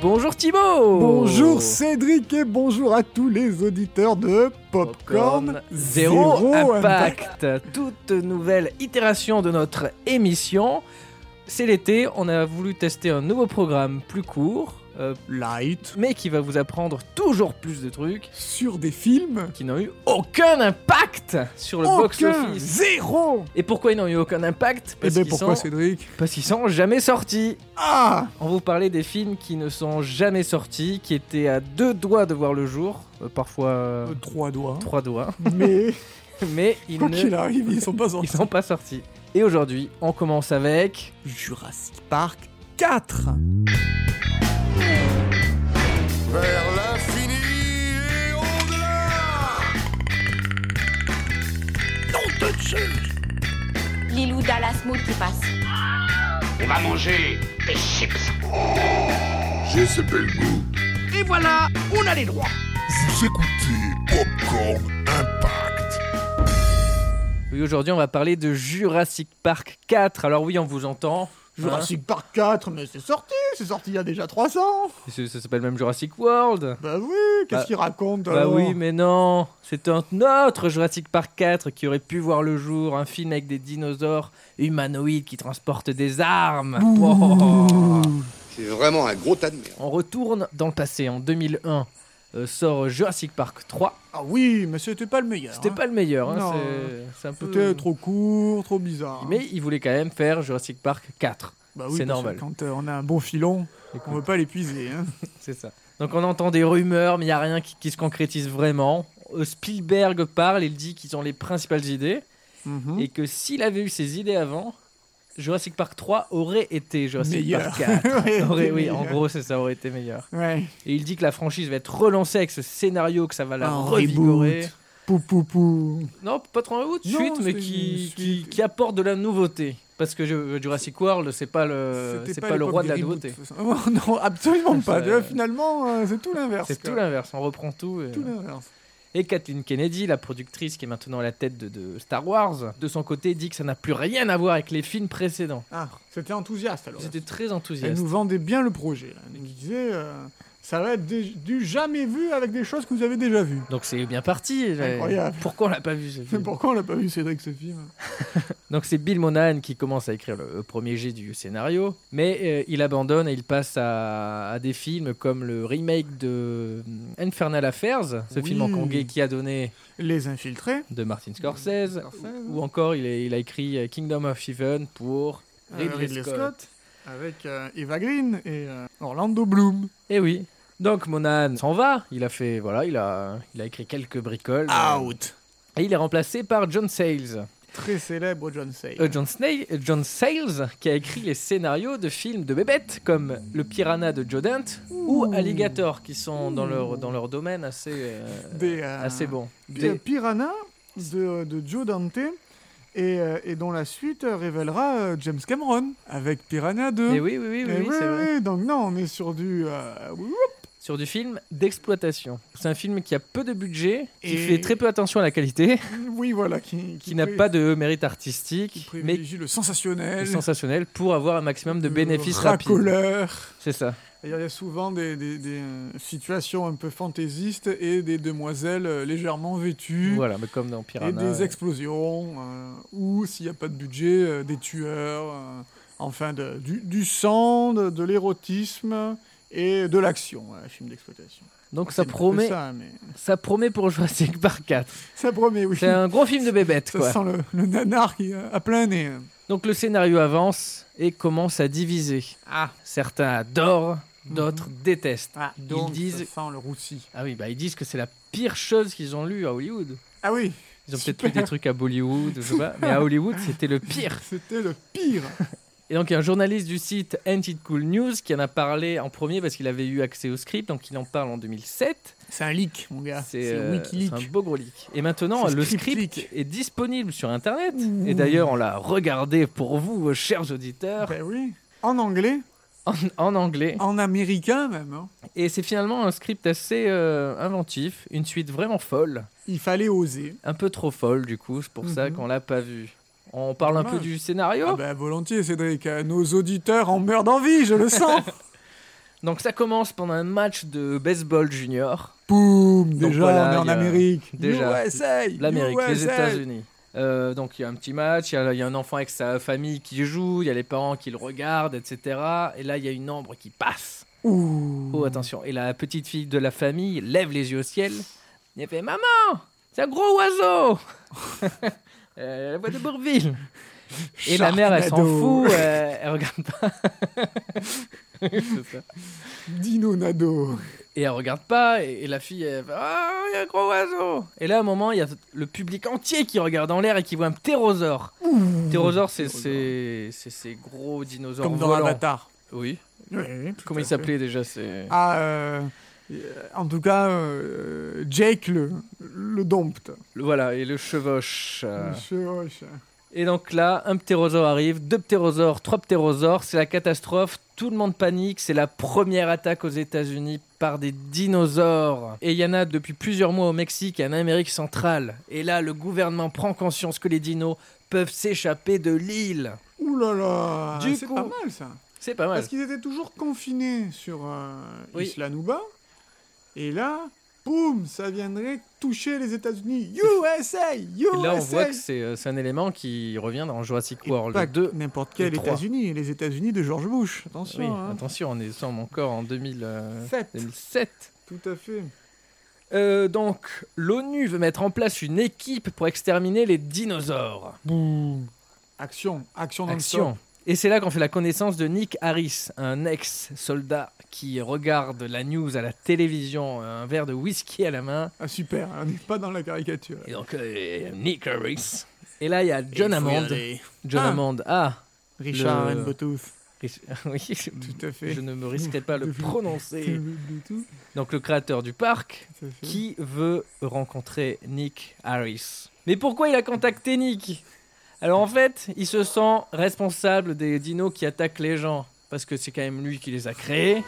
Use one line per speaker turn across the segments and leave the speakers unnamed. Bonjour Thibaut Oh.
Bonjour Cédric et bonjour à tous les auditeurs de Popcorn
Zéro,
Zéro
Impact. Toute nouvelle itération de notre émission. C'est l'été, on a voulu tester un nouveau programme plus court, euh,
Light
mais qui va vous apprendre toujours plus de trucs
sur des films
qui n'ont eu aucun impact sur le
aucun,
box-office.
zéro
Et pourquoi ils n'ont eu aucun impact
Et
Parce
ben
qu'ils
pourquoi
sont-
Cédric
parce qu'ils sont jamais sortis
Ah
On vous parlait des films qui ne sont jamais sortis, qui étaient à deux doigts de voir le jour, euh, parfois euh,
Euh, Trois doigts.
trois doigts,
Mais
mais ils
quoi
ne
qu'il arrive, ils sont pas
ils
sortis.
sont pas sortis. Et aujourd'hui, on commence avec
Jurassic Park 4
Vers l'infini et au-delà
Lilou Dallas Mood qui passe.
On va manger des chips.
J'ai ce bel goût.
Et voilà, on a les droits.
Vous écoutez Popcorn Impact.
oui, aujourd'hui, on va parler de Jurassic Park 4. Alors oui, on vous entend.
Hein Jurassic Park 4, mais c'est sorti C'est sorti il y a déjà 300
Hein ça ça s'appelle même Jurassic World.
Bah oui, qu'est-ce
Bah-
qu'il raconte
Bah
alors
oui, mais non, c'est un autre Jurassic Park 4 qui aurait pu voir le jour, un film avec des dinosaures humanoïdes qui transportent des armes. Oh.
C'est vraiment un gros tas de merde.
On retourne dans le passé. En 2001 euh, sort Jurassic Park 3.
Ah oui, mais c'était pas le meilleur.
C'était
hein.
pas le meilleur. hein,
Non.
c'est- c'est un peu.
C'était trop court, trop bizarre.
Mais il voulait quand même faire Jurassic Park 4.
Bah oui,
c'est
parce que
normal.
Quand euh, on a un bon filon, on veut
Écoute,
pas l'épuiser. Hein.
c'est ça. Donc on entend des rumeurs, mais il n'y a rien qui, qui se concrétise vraiment. Euh, Spielberg parle, il dit qu'ils ont les principales idées
Mhm.
et que s'il avait eu ces idées avant, Jurassic Park 3 aurait été Jurassic
Meilleur.
Park 4.
Ouais,
Aurait-
c'est
oui, en
meilleur.
gros, c'est ça aurait été meilleur.
Ouais.
Et il dit que la franchise va être relancée avec ce scénario, que ça va la
Un
revigorer.
reboot. Pou pou pou.
Non, pas trop un bout de
Non,
suite, mais
c'est
qui, qui,
une suite.
qui apporte de la nouveauté. Parce que euh, Jurassic World, c'est pas le,
C'était
Euh, c'est pas le
l'époque
roi de la
des reboots,
nouveauté.
de toute façon. Oh, non, absolument pas.
C'est-
Finalement, euh, c'est tout l'inverse.
C'est
quoi.
tout l'inverse, on reprend tout. Et, euh.
Tout l'inverse.
et Kathleen Kennedy, la productrice qui est maintenant à la tête de, de Star Wars, de son côté, dit que ça n'a plus rien à voir avec les films précédents.
Ah, c'était enthousiaste alors.
Ils étaient très
Elle
enthousiastes.
nous vendait bien le projet. Là. Elle nous disait, euh, ça va être des- du jamais vu avec des choses que vous avez déjà vues.
Donc c'est bien parti. là.
Incroyable.
Pourquoi on l'a pas vu ce
Mais
film
pourquoi on l'a pas vu Cédric ce film
Donc c'est Bill Monahan qui commence à écrire le, le premier jet du scénario, mais euh, il abandonne et il passe à, à des films comme le remake de hum, Infernal Affairs, ce
Oui.
film en congé qui a donné
Les infiltrés.
de Martin Scorsese, ou encore il, est- il a écrit euh, Kingdom of Heaven pour
Euh,
Ridley, Scott.
Avec euh, Eva Green et euh, Orlando Bloom.
Et Eh oui. Donc Monahan s'en va, il a fait voilà, il a il a écrit quelques bricoles euh,
Out.
et il est remplacé par John Sayles.
Très célèbre John Say.
Euh, John, Snail- euh, John Sayles qui a écrit les scénarios de films de bébêtes comme Le Piranha de Joe Dante ou Alligator qui sont dans leur, dans leur domaine assez, euh,
Des, euh,
assez bons.
Des
Des-
Piranha de, de Joe Dante et, euh, et dont la suite euh, révélera euh, James Cameron avec Piranha 2.
Et oui, oui, oui, oui,
Eh
oui,
oui,
c'est vrai.
oui, donc non, on est sur du... euh, woup,
Sur du film d'exploitation. C'est un film qui a peu de budget, qui
Et-
fait très peu attention à la qualité,
oui, voilà. Qui,
qui n'a
pré-
pas de mérite
qui
artistique, mais
privilégie
qui
le
est
sensationnel,
sensationnel pour avoir un maximum de
le
bénéfices rapides.
racoleur.
C'est ça.
Il y a souvent des, des- des, euh, situations un peu fantaisistes et des demoiselles euh, légèrement vêtues.
Voilà, mais comme dans
Et
Piranha.
des explosions, euh, ou s'il n'y a pas de budget, euh, des tueurs, euh, enfin de- du, du sang, de, de l'érotisme et de l'action, un film d'exploitation.
Donc
C'est
ça
un peu
promet,
Ça, mais...
ça promet pour Jurassic Park 4.
ça promet, oui.
C'est un gros film de bébête,
Ça
quoi.
sent le, le nanar qui euh, à plein nez. hein.
Donc le scénario avance et commence à diviser. Certains adorent,
Mhm.
d'autres détestent. donc,
Ah, ils
disent-
Ah, Ça sent le roussi.
Ah oui, bah ils disent que c'est la pire chose qu'ils ont lue à Hollywood.
Ah oui,
Ils ont peut-être
Super.
lu des trucs à Bollywood, je sais pas, mais à Hollywood c'était le pire.
c'était le pire.
Et donc il y a un journaliste du site Antique Cool News qui en a parlé en premier parce qu'il avait eu accès au script, donc il en parle en 2007.
C'est un leak, mon gars. C'est
euh,
Wikileaks.
c'est un beau gros leak. Et maintenant
C'est
le
script
script
leak.
est disponible sur internet. Et d'ailleurs on l'a regardé pour vous, vos chers auditeurs,
Ben oui. En anglais,
en, en anglais.
en américain même. hein.
Et c'est finalement un script assez euh, inventif, une suite vraiment folle,
Il fallait oser.
un peu trop folle du coup, c'est pour ça
Mhm.
qu'on l'a pas vu. On parle un peu Oh.
Dommage. bah.
du scénario.
Ah ben volontiers, Cédric. Euh, Nos auditeurs en meurent d'envie, je le sens.
Donc ça commence pendant un match de baseball junior.
Boum, déjà,
voilà,
on est
il
en
y a-
Amérique.
déjà,
USA,
L'Amérique, les
USA.
États-Unis. Euh, donc il y a un petit match, il y, a- il y a un enfant avec sa famille qui joue, il y a les parents qui le regardent, etc. Et là, il y a une ombre qui passe.
Ouh.
Oh, attention. Et la petite fille de la famille lève les yeux au ciel et elle fait Maman, c'est un gros oiseau Euh, La voix de Bourville. Et la mère, elle s'en
Sharknado.
fout, euh, elle regarde pas. C'est ça.
Dino Nado.
Et elle regarde pas, et, et la fille, elle fait Ah, il y a un gros oiseau Et là, à un moment, il y a le public entier qui regarde en l'air et qui voit un ptérosaure. ptérosaure, c'est c'est- c'est ces gros dinosaures.
Comme dans
volants.
Avatar.
Oui.
Oui, oui, tout
Comment
à
il
fait.
s'appelait déjà c'est...
Ah, euh, euh, en tout cas, euh, Jake le, le dompte.
Le- Voilà, et le chevauche. euh,
Monsieur Roche.
Et donc là, un ptérosaure arrive, deux ptérosaures, trois ptérosaures, c'est la catastrophe, tout le monde panique, c'est la première attaque aux États-Unis par des dinosaures. Et il y en a depuis plusieurs mois au Mexique et en Amérique centrale. Et là, le gouvernement prend conscience que les dinos peuvent s'échapper de l'île.
Ouh là là
Du
C'est
coup-
pas mal ça.
C'est pas mal.
Parce qu'ils étaient toujours confinés sur euh,
Oui.
Isla Nuba. Et là, boum, ça viendrait toucher les États-Unis. USA
Et
USA
là, on voit que c'est euh, c'est un élément qui revient dans Jurassic
Et
World
pas
2.
n'importe
et
quel
trois.
États-Unis, les États-Unis de George Bush. Attention.
Oui,
hein.
attention, on est sommes encore en 2000, euh,
Sept.
2007.
Tout à fait.
Euh, donc, l'ONU veut mettre en place une équipe pour exterminer les dinosaures.
Boum. Action, action dans
Action. Et c'est là qu'on fait la connaissance de Nick Harris, un ex-soldat qui regarde la news à la télévision, euh, un verre de whisky à la main.
Ah super, on n'est pas dans la caricature.
Et donc, euh, Nick Harris. Et là, il y a John Hammond. John
Ah.
Hammond. Ah,
Richard
Le-
and Bluetooth.
Rich- oui, je-
Tout à fait.
je ne me risquerai pas à le prononcer.
Bluetooth,
Donc, le créateur du parc
tout à fait.
qui veut rencontrer Nick Harris. Mais pourquoi il a contacté Nick Alors, en fait, il se sent responsable des dinos qui attaquent les gens. Parce que c'est quand même lui qui les a créés.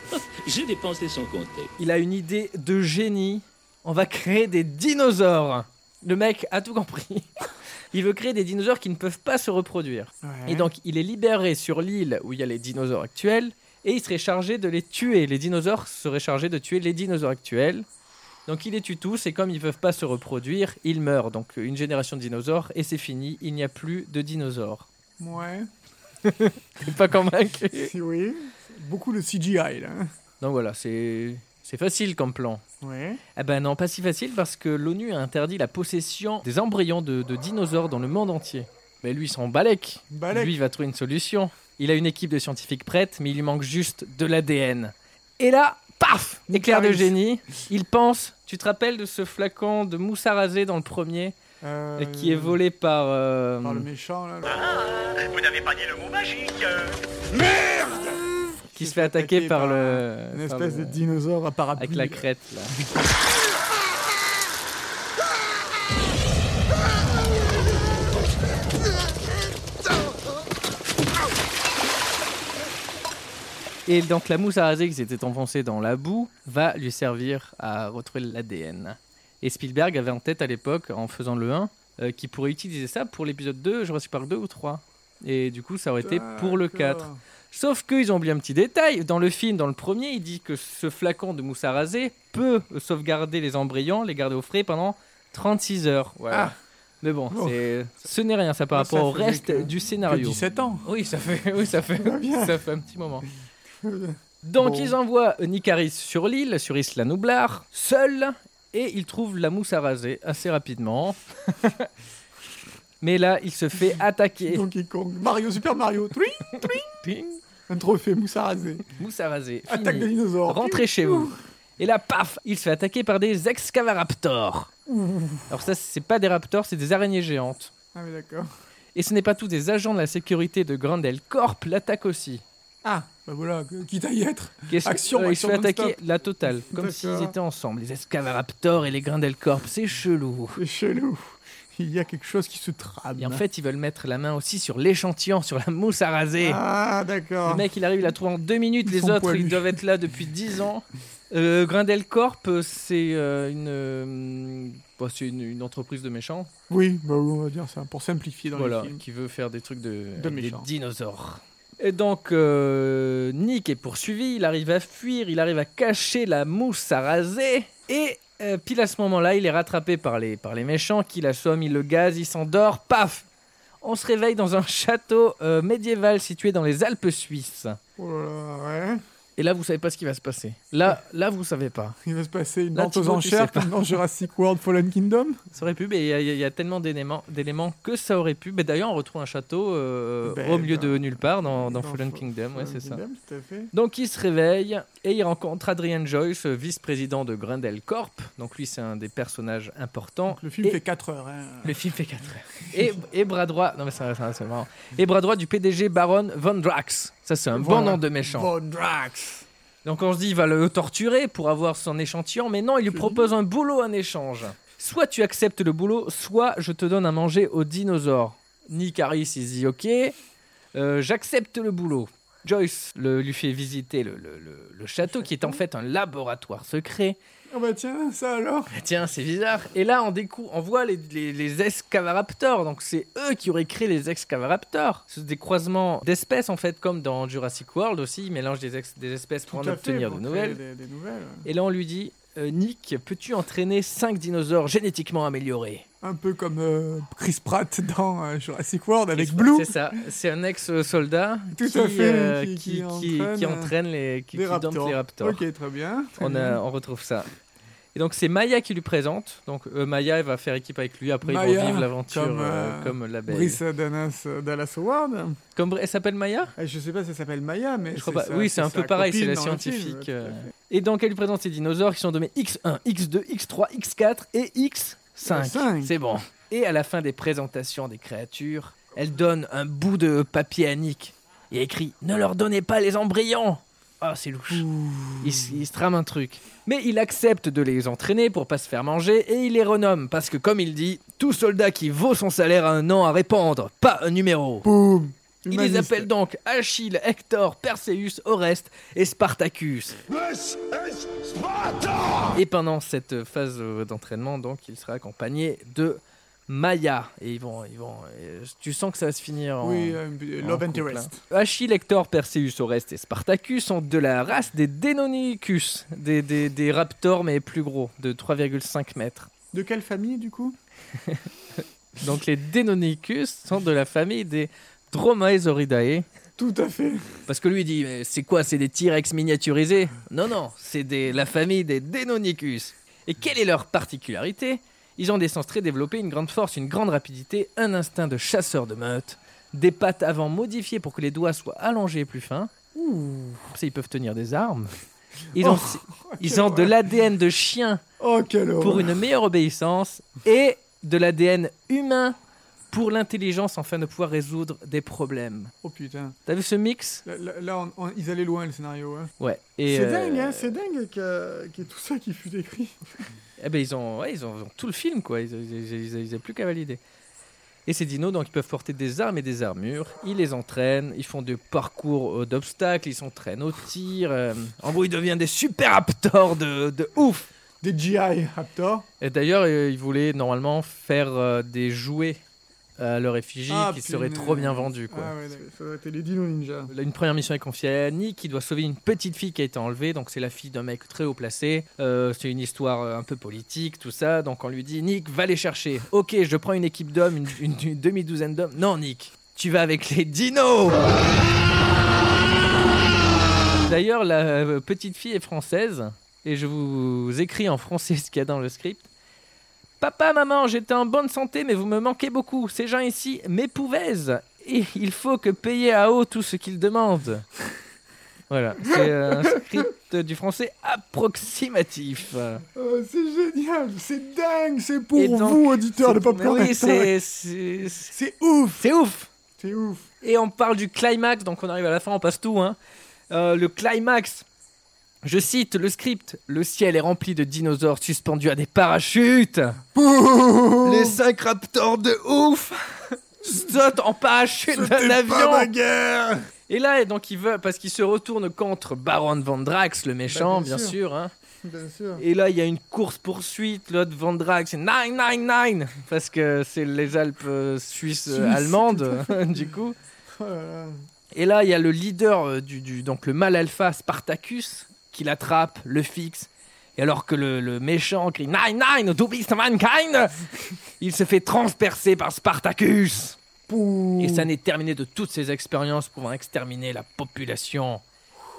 J'ai dépensé sans compter.
Il a une idée de génie. On va créer des dinosaures. Le mec a tout compris. Il veut créer des dinosaures qui ne peuvent pas se reproduire.
Ouais.
Et donc, il est libéré sur l'île où il y a les dinosaures actuels et il serait chargé de les tuer. Les dinosaures seraient chargés de tuer les dinosaures actuels. Donc, il les tue tous et comme ils ne peuvent pas se reproduire, ils meurent. Donc, une génération de dinosaures et c'est fini. Il n'y a plus de dinosaures.
Ouais.
T'es pas convaincu
Si oui. Beaucoup de CGI là. hein.
Donc, voilà, c'est c'est facile comme plan.
Ouais.
Ah ben non, pas si facile parce que l'ONU a interdit la possession des embryons de, de dinosaures dans le monde entier. Mais lui, il s'en balèque.
Balèque.
Lui, il va trouver une solution. Il a une équipe de scientifiques prête, mais il lui manque juste de l'ADN. Et là, paf Éclair de
Clarisse.
génie. Il pense, tu te rappelles de ce flacon de mousse à raser dans le premier,
Euh,
euh, qui est volé par... euh,
Par le méchant là.
Vous n'avez pas dit le mot magique.
qui se fait attaquer par, le...
Une
par
espèce
le-
de dinosaure à parapluie.
Avec la crête, là. Et donc la mousse à raser qui s'était enfoncée dans la boue va lui servir à retrouver l'ADN. Et Spielberg avait en tête à l'époque, en faisant le 1, euh, qu'il pourrait utiliser ça pour l'épisode 2, Jurassic Park 2 ou 3. Et du coup, ça aurait été pour le 4.
Ah, D'accord.
Sauf qu'ils ont oublié un petit détail. Dans le film, dans le premier, il dit que ce flacon de mousse à raser peut sauvegarder les embryons, les garder au frais pendant 36 heures. Voilà.
Ah.
Mais bon,
Bon.
c'est- ce n'est rien, ça par
Ça
rapport au
faisait
reste
que-
du
Que
scénario.
17 ans.
Oui, ça fait, oui, ça fait,
bien.
ça fait un petit moment. Donc
Bon.
ils envoient Nicaris sur l'île, sur Isla Nublar, seul, et ils trouvent la mousse à raser assez rapidement. Mais là, il se fait attaquer.
Donkey Kong. Mario, Super Mario. Tring.
Ping,
Un trophée mousse à raser.
mousse à raser.
Attaque
fini.
des dinosaures.
Rentrez chez vous. Et là, paf, il se fait attaquer par des excavaraptors. Alors ça, c'est pas des raptors, c'est des araignées géantes.
Ah mais d'accord.
Et ce n'est pas tout, des agents de la sécurité de Grandel Corp l'attaquent aussi.
Ah bah voilà, que- quitte à y être.
Qu'est-ce que- euh,
Action,
il
action
se fait
non-stop.
attaquer la totale, comme
D'accord.
s'ils étaient ensemble, les excavaraptors et les Grandel Corp, c'est chelou.
C'est chelou. Il y a quelque chose qui se trame.
Et en fait, ils veulent mettre la main aussi sur l'échantillon, sur la mousse à raser.
Ah d'accord.
Le mec, il arrive, il la trouve en deux minutes.
Ils
Les
sont
autres,
poilus.
ils doivent être là depuis 10 ans. Euh, Grindel Corp, euh, c'est euh, une, euh, bah, c'est une, une entreprise de méchants,
Oui, bah oui, on va dire ça pour simplifier dans
voilà,
les films.
qui veut faire des trucs de, avec des
méchants.
dinosaures. Et donc, euh, Nick est poursuivi, il arrive à fuir, il arrive à cacher la mousse à raser. Et euh, pile à ce moment-là, il est rattrapé par les, par les méchants qui l'assomment, il le gazent, il s'endort, paf On se réveille dans un château euh, médiéval situé dans les Alpes suisses.
Oh là là, ouais.
Et là, vous savez pas ce qui va se passer. Là, là vous savez pas.
Il va se passer une
Là,
vente aux
Thibaut, tu sais
enchères
pas.
comme dans Jurassic World Fallen Kingdom.
Ça aurait pu, mais il y a- il y, a- il y a tellement d'éléments, d'éléments que ça aurait pu. Mais d'ailleurs, on retrouve un château euh,
Ben,
au milieu
dans-
de nulle part dans, dans Fallen
Fa-
Kingdom, ouais,
Fallen
c'est ça.
Kingdom, Euh, tout à fait.
Donc il se réveille et il rencontre Adrian Joyce, euh, vice-président de Grindel Corp. Donc lui, c'est un des personnages importants.
Donc, le film
Et-
fait 4 heures. hein.
le film fait 4 heures. Et, et bras droit, non mais c'est, c'est- c'est marrant. Et bras droit du PDG Baron Von Drax. Ça c'est un
Voilà.
bon nom de méchant.
Von Drax.
Donc on se dit, il va le torturer pour avoir son échantillon, mais non, il
Mhm.
lui propose un boulot en échange. Soit tu acceptes le boulot, soit je te donne à manger aux dinosaures. Nick Harris, il se dit, ok, euh, j'accepte le boulot. Joyce le- lui fait visiter le, le- le- le château, qui est en fait un laboratoire secret.
Ah bah tiens, ça alors.
Ah, Tiens, c'est bizarre. Et là, on, découvre, on voit les, les, les Excavaraptors. Donc, c'est eux qui auraient créé les Excavaraptors. C'est des croisements d'espèces, en fait, comme dans Jurassic World aussi. Ils mélangent des, ex- des espèces pour
Tout
en
à fait,
obtenir
pour
de
créer
nouvelles.
Des, des nouvelles.
Et là, on lui dit euh, Nick, peux-tu entraîner 5 dinosaures génétiquement améliorés
Un peu comme euh, Chris Pratt dans euh, Jurassic World avec
Et-
Blue.
C'est ça, c'est un ex-soldat
Tout
qui,
à fait,
euh,
qui-
qui, qui-
qui
qui
entraîne, euh,
entraîne les, qui,
des
qui dompte
raptors.
les raptors.
Ok, très bien. très
On, a-
bien.
on retrouve ça. Et donc, c'est Maya qui lui présente. Donc, euh, Maya, elle va faire équipe avec lui. Après, ils
Maya,
vont vivre l'aventure
comme, euh,
euh, comme la belle.
Brice Dallas, euh, Dallas Howard.
Comme, elle s'appelle Maya
Euh, Je sais pas si ça s'appelle Maya, mais.
Je crois pas.
sa-
oui, c'est un peu
sa
pareil, c'est la
copine dans le film,
scientifique.
ouais, tout à
euh.
fait.
Et donc, elle lui présente ses dinosaures qui sont nommés X1, X2, X3, X4 et X5.
Bah, Cinq.
C'est bon. Et à la fin des présentations des créatures, elle donne un bout de papier à Nick. Il y a écrit Ne leur donnez pas les embryons Ah, c'est louche. Il, s- il se trame un truc. Mais il accepte de les entraîner pour pas se faire manger et il les renomme parce que, comme il dit, tout soldat qui vaut son salaire a un nom à répandre, pas un numéro.
Boum.
Il les
Humaniste.
appelle donc Achille, Hector, Perséus, Oreste et Spartacus.
This is Sparta!
Et pendant cette phase euh, d'entraînement, donc, il sera accompagné de Maya. Et ils vont, ils vont. euh, Tu sens que ça va se finir en.
Oui, euh,
en
Love
couple,
Interest.
hein. Achille, Hector, Perséus, Oreste et Spartacus sont de la race des Deinonychus, des, des, des raptors mais plus gros, de 3,5 mètres.
De quelle famille, du coup
Donc les Deinonychus sont de la famille des Dromaeosauridae.
Tout à fait.
Parce que lui il dit Mais c'est quoi c'est des T-Rex miniaturisés Non non, c'est des la famille des Deinonychus. Et quelle est leur particularité Ils ont des sens très développés, une grande force, une grande rapidité, un instinct de chasseur de meute, des pattes avant modifiées pour que les doigts soient allongés et plus fins. Comme ça ils peuvent tenir des armes. Ils ont, ils ont de l'ADN de chien
Oh, quelle horreur.
pour une meilleure obéissance et de l'ADN humain pour l'intelligence afin de pouvoir résoudre des problèmes.
Oh putain.
T'as vu ce mix
Là, là- là, on- on- ils allaient loin, le scénario. hein.
Ouais. et,
C'est
euh,
dingue, hein, c'est dingue que, que tout ça qui fut décrit.
Eh ben ils ont, ouais, ils ont, ils ont tout le film quoi. Ils, ils, ils- ils- ils avaient plus qu'à valider. Et ces dinos donc ils peuvent porter des armes et des armures. Ils les entraînent, ils font des parcours euh, d'obstacles, ils s'entraînent au tir. euh, en gros ils deviennent des super raptors de, de ouf.
Des GI Raptor.
Et d'ailleurs euh, ils voulaient normalement faire euh, des jouets à leur effigie
Ah,
qui seraient
punaise.
trop bien vendus quoi.
Ah ouais, d'accord, ça doit être les Dino Ninja.
Là, Euh, Une première mission est confiée à Annie qui doit sauver une petite fille qui a été enlevée. Donc, c'est la fille d'un mec très haut placé. Euh, c'est une histoire euh, un peu politique, tout ça. Donc, on lui dit Nick, va les chercher. Ok, je prends une équipe d'hommes, une, une- une demi-douzaine d'hommes. Non, Nick, tu vas avec les dinos D'ailleurs, la euh, petite fille est française. Et je vous écris en français ce qu'il y a dans le script. Papa, maman, j'étais en bonne santé, mais vous me manquez beaucoup. Ces gens ici m'épouvaient. Et il faut que payer à haut tout ce qu'ils demandent. Voilà, c'est un script du français approximatif.
Oh, c'est génial, c'est dingue, c'est
Et
pour
donc,
vous, auditeurs de
C'est- mais
Popcorn.
oui,
Actor.
c'est c'est- c'est-
C'est ouf,
c'est ouf.
c'est ouf.
Et on parle du climax, donc on arrive à la fin, on passe tout. Hein. Euh, le climax, je cite le script Le ciel est rempli de dinosaures suspendus à des parachutes. Les cinq raptors de ouf sautent en parachute d'un
ma
avion.
guerre
Et là, donc, ils veulent, parce qu'ils se retournent contre Baron Van Drax, le méchant,
Bah, bien
bien,
sûr.
sûr. hein.
Bien sûr.
Et là, il y a une course-poursuite. L'autre Van Drax, c'est 999, parce que c'est les Alpes euh, suisses euh,
Suisse,
allemandes, du coup.
Oh là là.
Et là, il y a le leader euh, du, du- donc le mâle alpha Spartacus qui l'attrape, le fixe. Et alors que le, le méchant crie Nine Nine, do beast mankind, il se fait transpercer par Spartacus. Et ça n'est terminé de toutes ces expériences pouvant exterminer la population.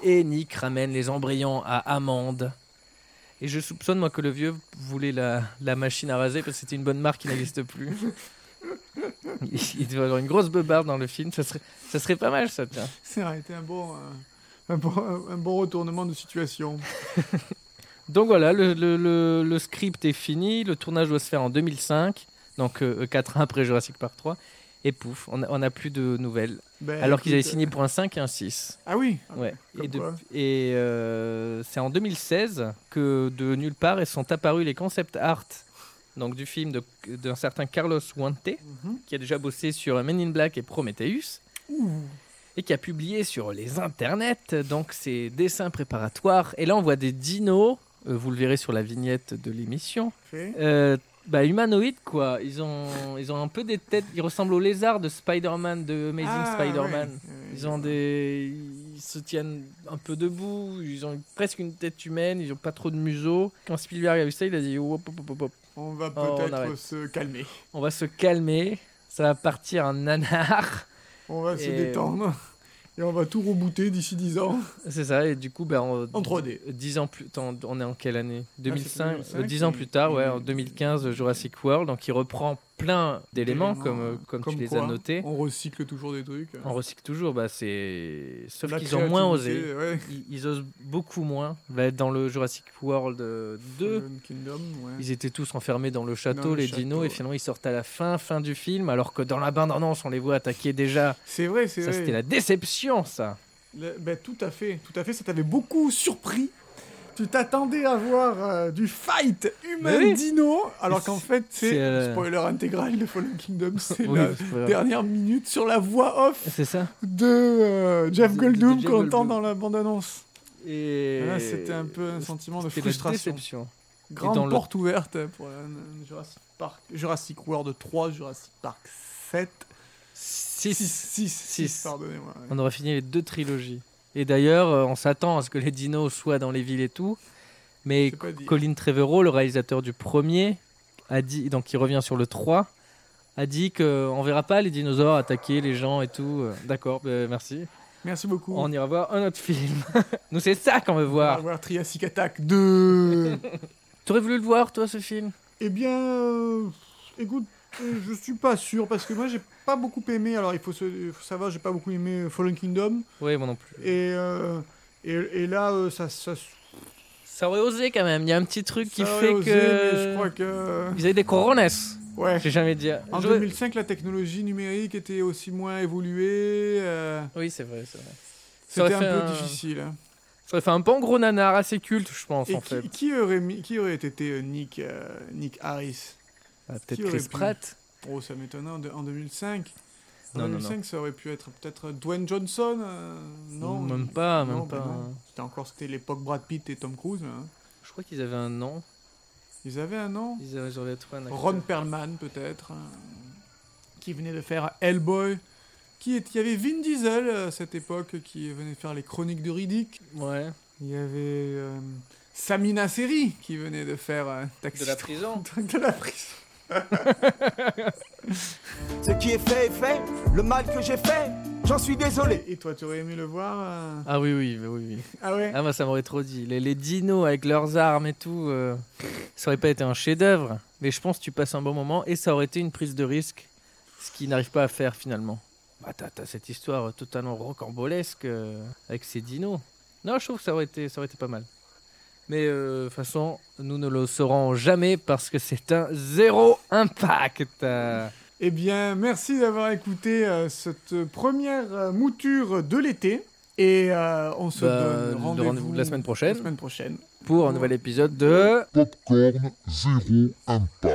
Et Nick ramène les embryons à Amande. Et je soupçonne, moi, que le vieux voulait la, la machine à raser parce que c'était une bonne marque qui n'existe plus. Il, il doit avoir une grosse beubare dans le film. Ça serait, ça serait pas mal, ça, tiens.
Ça aurait été un bon, euh, un bon, un bon retournement de situation.
Donc voilà, le, le- le- le script est fini, le tournage doit se faire en 2005, donc 4 ans après Jurassic Park 3, et pouf, on a, on a plus de nouvelles.
Ben,
Alors qu'ils avaient
écoute,
signé pour un 5 et un 6.
Ah oui
Ouais.
Comme
Et, de-
quoi.
et, euh, c'est en 2016 que de nulle part et sont apparus les concept art donc du film de- d'un certain Carlos Huante
Mhm.
qui a déjà bossé sur Men in Black et Prometheus et qui a publié sur les internets donc ses dessins préparatoires et là on voit des dinos euh, vous le verrez sur la vignette de l'émission
Fait.
euh, bah, humanoïdes quoi ils ont ils ont un peu des têtes ils ressemblent aux lézards de Spider-Man de Amazing
Ah,
Spider-Man
ouais. Euh,
ils ont des, ils se tiennent un peu debout, ils ont presque une tête humaine, ils ont pas trop de museau. Quand Spielberg a vu ça, il a dit Hop, hop, hop, hop, hop.
On va
Oh, on
peut-être
arrête.
se calmer.
on va se calmer, ça va partir un nanar.
On va se
Et-
détendre. Et on va tout rebooter d'ici 10 ans.
C'est ça et du coup ben on-
En 3D.
10 ans plus attends, on est en quelle
Ah,
année 2005,
2005,
euh, 10 ans
et-
plus tard, ouais, en
et-
2015 Jurassic World donc il reprend plein d'éléments comme euh, comme, tu les
quoi,
as notés.
On recycle toujours des trucs.
On recycle toujours bah c'est sauf
La
qu'ils ont moins osé.
créativité, euh, ouais.
Ils, ils osent beaucoup moins. Bah, Dans le Jurassic World euh, 2,
Fallen Kingdom, ouais.
Ils étaient tous enfermés dans le château,
Hein. Dans le
les
château,
dinos,
ouais.
et finalement ils sortent à la fin, fin du film, alors que dans la bande-annonce on les voit attaquer déjà.
C'est vrai, c'est
Ça
vrai.
c'était la déception, ça.
Le- ben, tout à fait, tout à fait. Ça t'avait beaucoup surpris. Tu t'attendais à voir euh, du fight
Mais oui.
humain-dino, alors
C'est-
qu'en fait, c'est
c'est, euh,
spoiler intégral de Fallen Kingdom, c'est
Oui,
la
c'est vrai.
dernière minute sur la voix off
C'est ça.
de euh, Jeff
De- de
Goldblum
Jeff
qu'on entend
Goldblum.
dans la bande-annonce.
Et
Ah, C'était un peu un sentiment de
C'était la
frustration.
déception.
Grande
dans le-
porte ouverte pour un, un Jurassic Park, Jurassic World 3, Jurassic Park 7, 6,
6.
6,
Six.
pardonnez-moi. ouais.
On aurait fini les deux trilogies. Et d'ailleurs, euh, on s'attend à ce que les dinos soient dans les villes et tout. Mais
C'est pas dit.
Colin Trevorrow, le réalisateur du premier, a dit, donc qui revient sur le 3, a dit qu'on verra pas les dinosaures attaquer les gens et tout. Euh, D'accord, bah, merci.
Merci beaucoup.
On ira voir un autre film. Nous, c'est ça qu'on veut
On va
voir.
voir Triassic Attack 2.
T'aurais voulu le voir, toi, ce film
eh bien, euh, écoute, euh, je suis pas sûr parce que moi j'ai pas beaucoup aimé. Alors il faut, se, faut savoir, j'ai pas beaucoup aimé euh, Fallen Kingdom
Oui, moi non plus.
et euh, et, et là euh, ça, ça,
Ça aurait osé quand même. Il y a un petit truc qui
ça aurait
fait
osé,
que.
mais je crois que
Ils avaient des coronas.
ouais.
J'ai jamais dit.
En
Je-
2005, la technologie numérique était aussi moins évoluée. euh,
Oui, c'est vrai, c'est vrai. Ça
C'était
aurait
un
fait
peu
un-
difficile. hein.
Ça aurait fait un bon gros nanar assez culte, je pense,
Et
en
qui,
fait.
qui aurait mis- qui aurait été euh, Nick, euh, Nick Harris
Ah,
qui
Peut-être
aurait
Chris
pu
Pratt.
Oh, ça m'étonne en, de- en 2005. En
Non, non,
2005, ça aurait pu être peut-être Dwayne Johnson. euh, non,
Même pas, même
Non, bah
pas. hein.
non. C'était encore c'était l'époque Brad Pitt et Tom Cruise. hein.
Je crois qu'ils avaient un nom.
Ils avaient un nom.
Ils avaient, ils auraient trouvé un acteur.
Ron Perlman peut-être, euh, qui venait de faire Hellboy. Qui est... Il y avait Vin Diesel euh, à cette époque qui venait de faire les Chroniques de Riddick.
Ouais.
Il y avait euh, Samina Seri qui venait de faire euh, Taxi
De la prison.
de la prison.
Ce qui est fait est fait, le mal que j'ai fait, j'en suis désolé.
Et toi, tu aurais aimé le voir euh,
Ah oui, oui, oui, oui. oui.
Ah ouais
Ah, moi, ça m'aurait trop dit. Les, les dinos avec leurs armes et tout, euh, ça aurait pas été un chef-d'œuvre. Mais je pense que tu passes un bon moment et ça aurait été une prise de risque, ce qu'ils n'arrivent pas à faire finalement. Bah, t'as, t'as cette histoire totalement rocambolesque euh, avec ces dinos. Non, je trouve que ça aurait été, ça aurait été pas mal. Mais euh, de toute façon, nous ne le saurons jamais parce que c'est un zéro impact. euh.
Eh bien, merci d'avoir écouté euh, cette première euh, mouture de l'été. Et euh, on se
Bah, le
donne rendez-vous
rendez-vous de la semaine prochaine.
la semaine prochaine.
Pour un nouvel épisode de.
Popcorn Zéro Impact.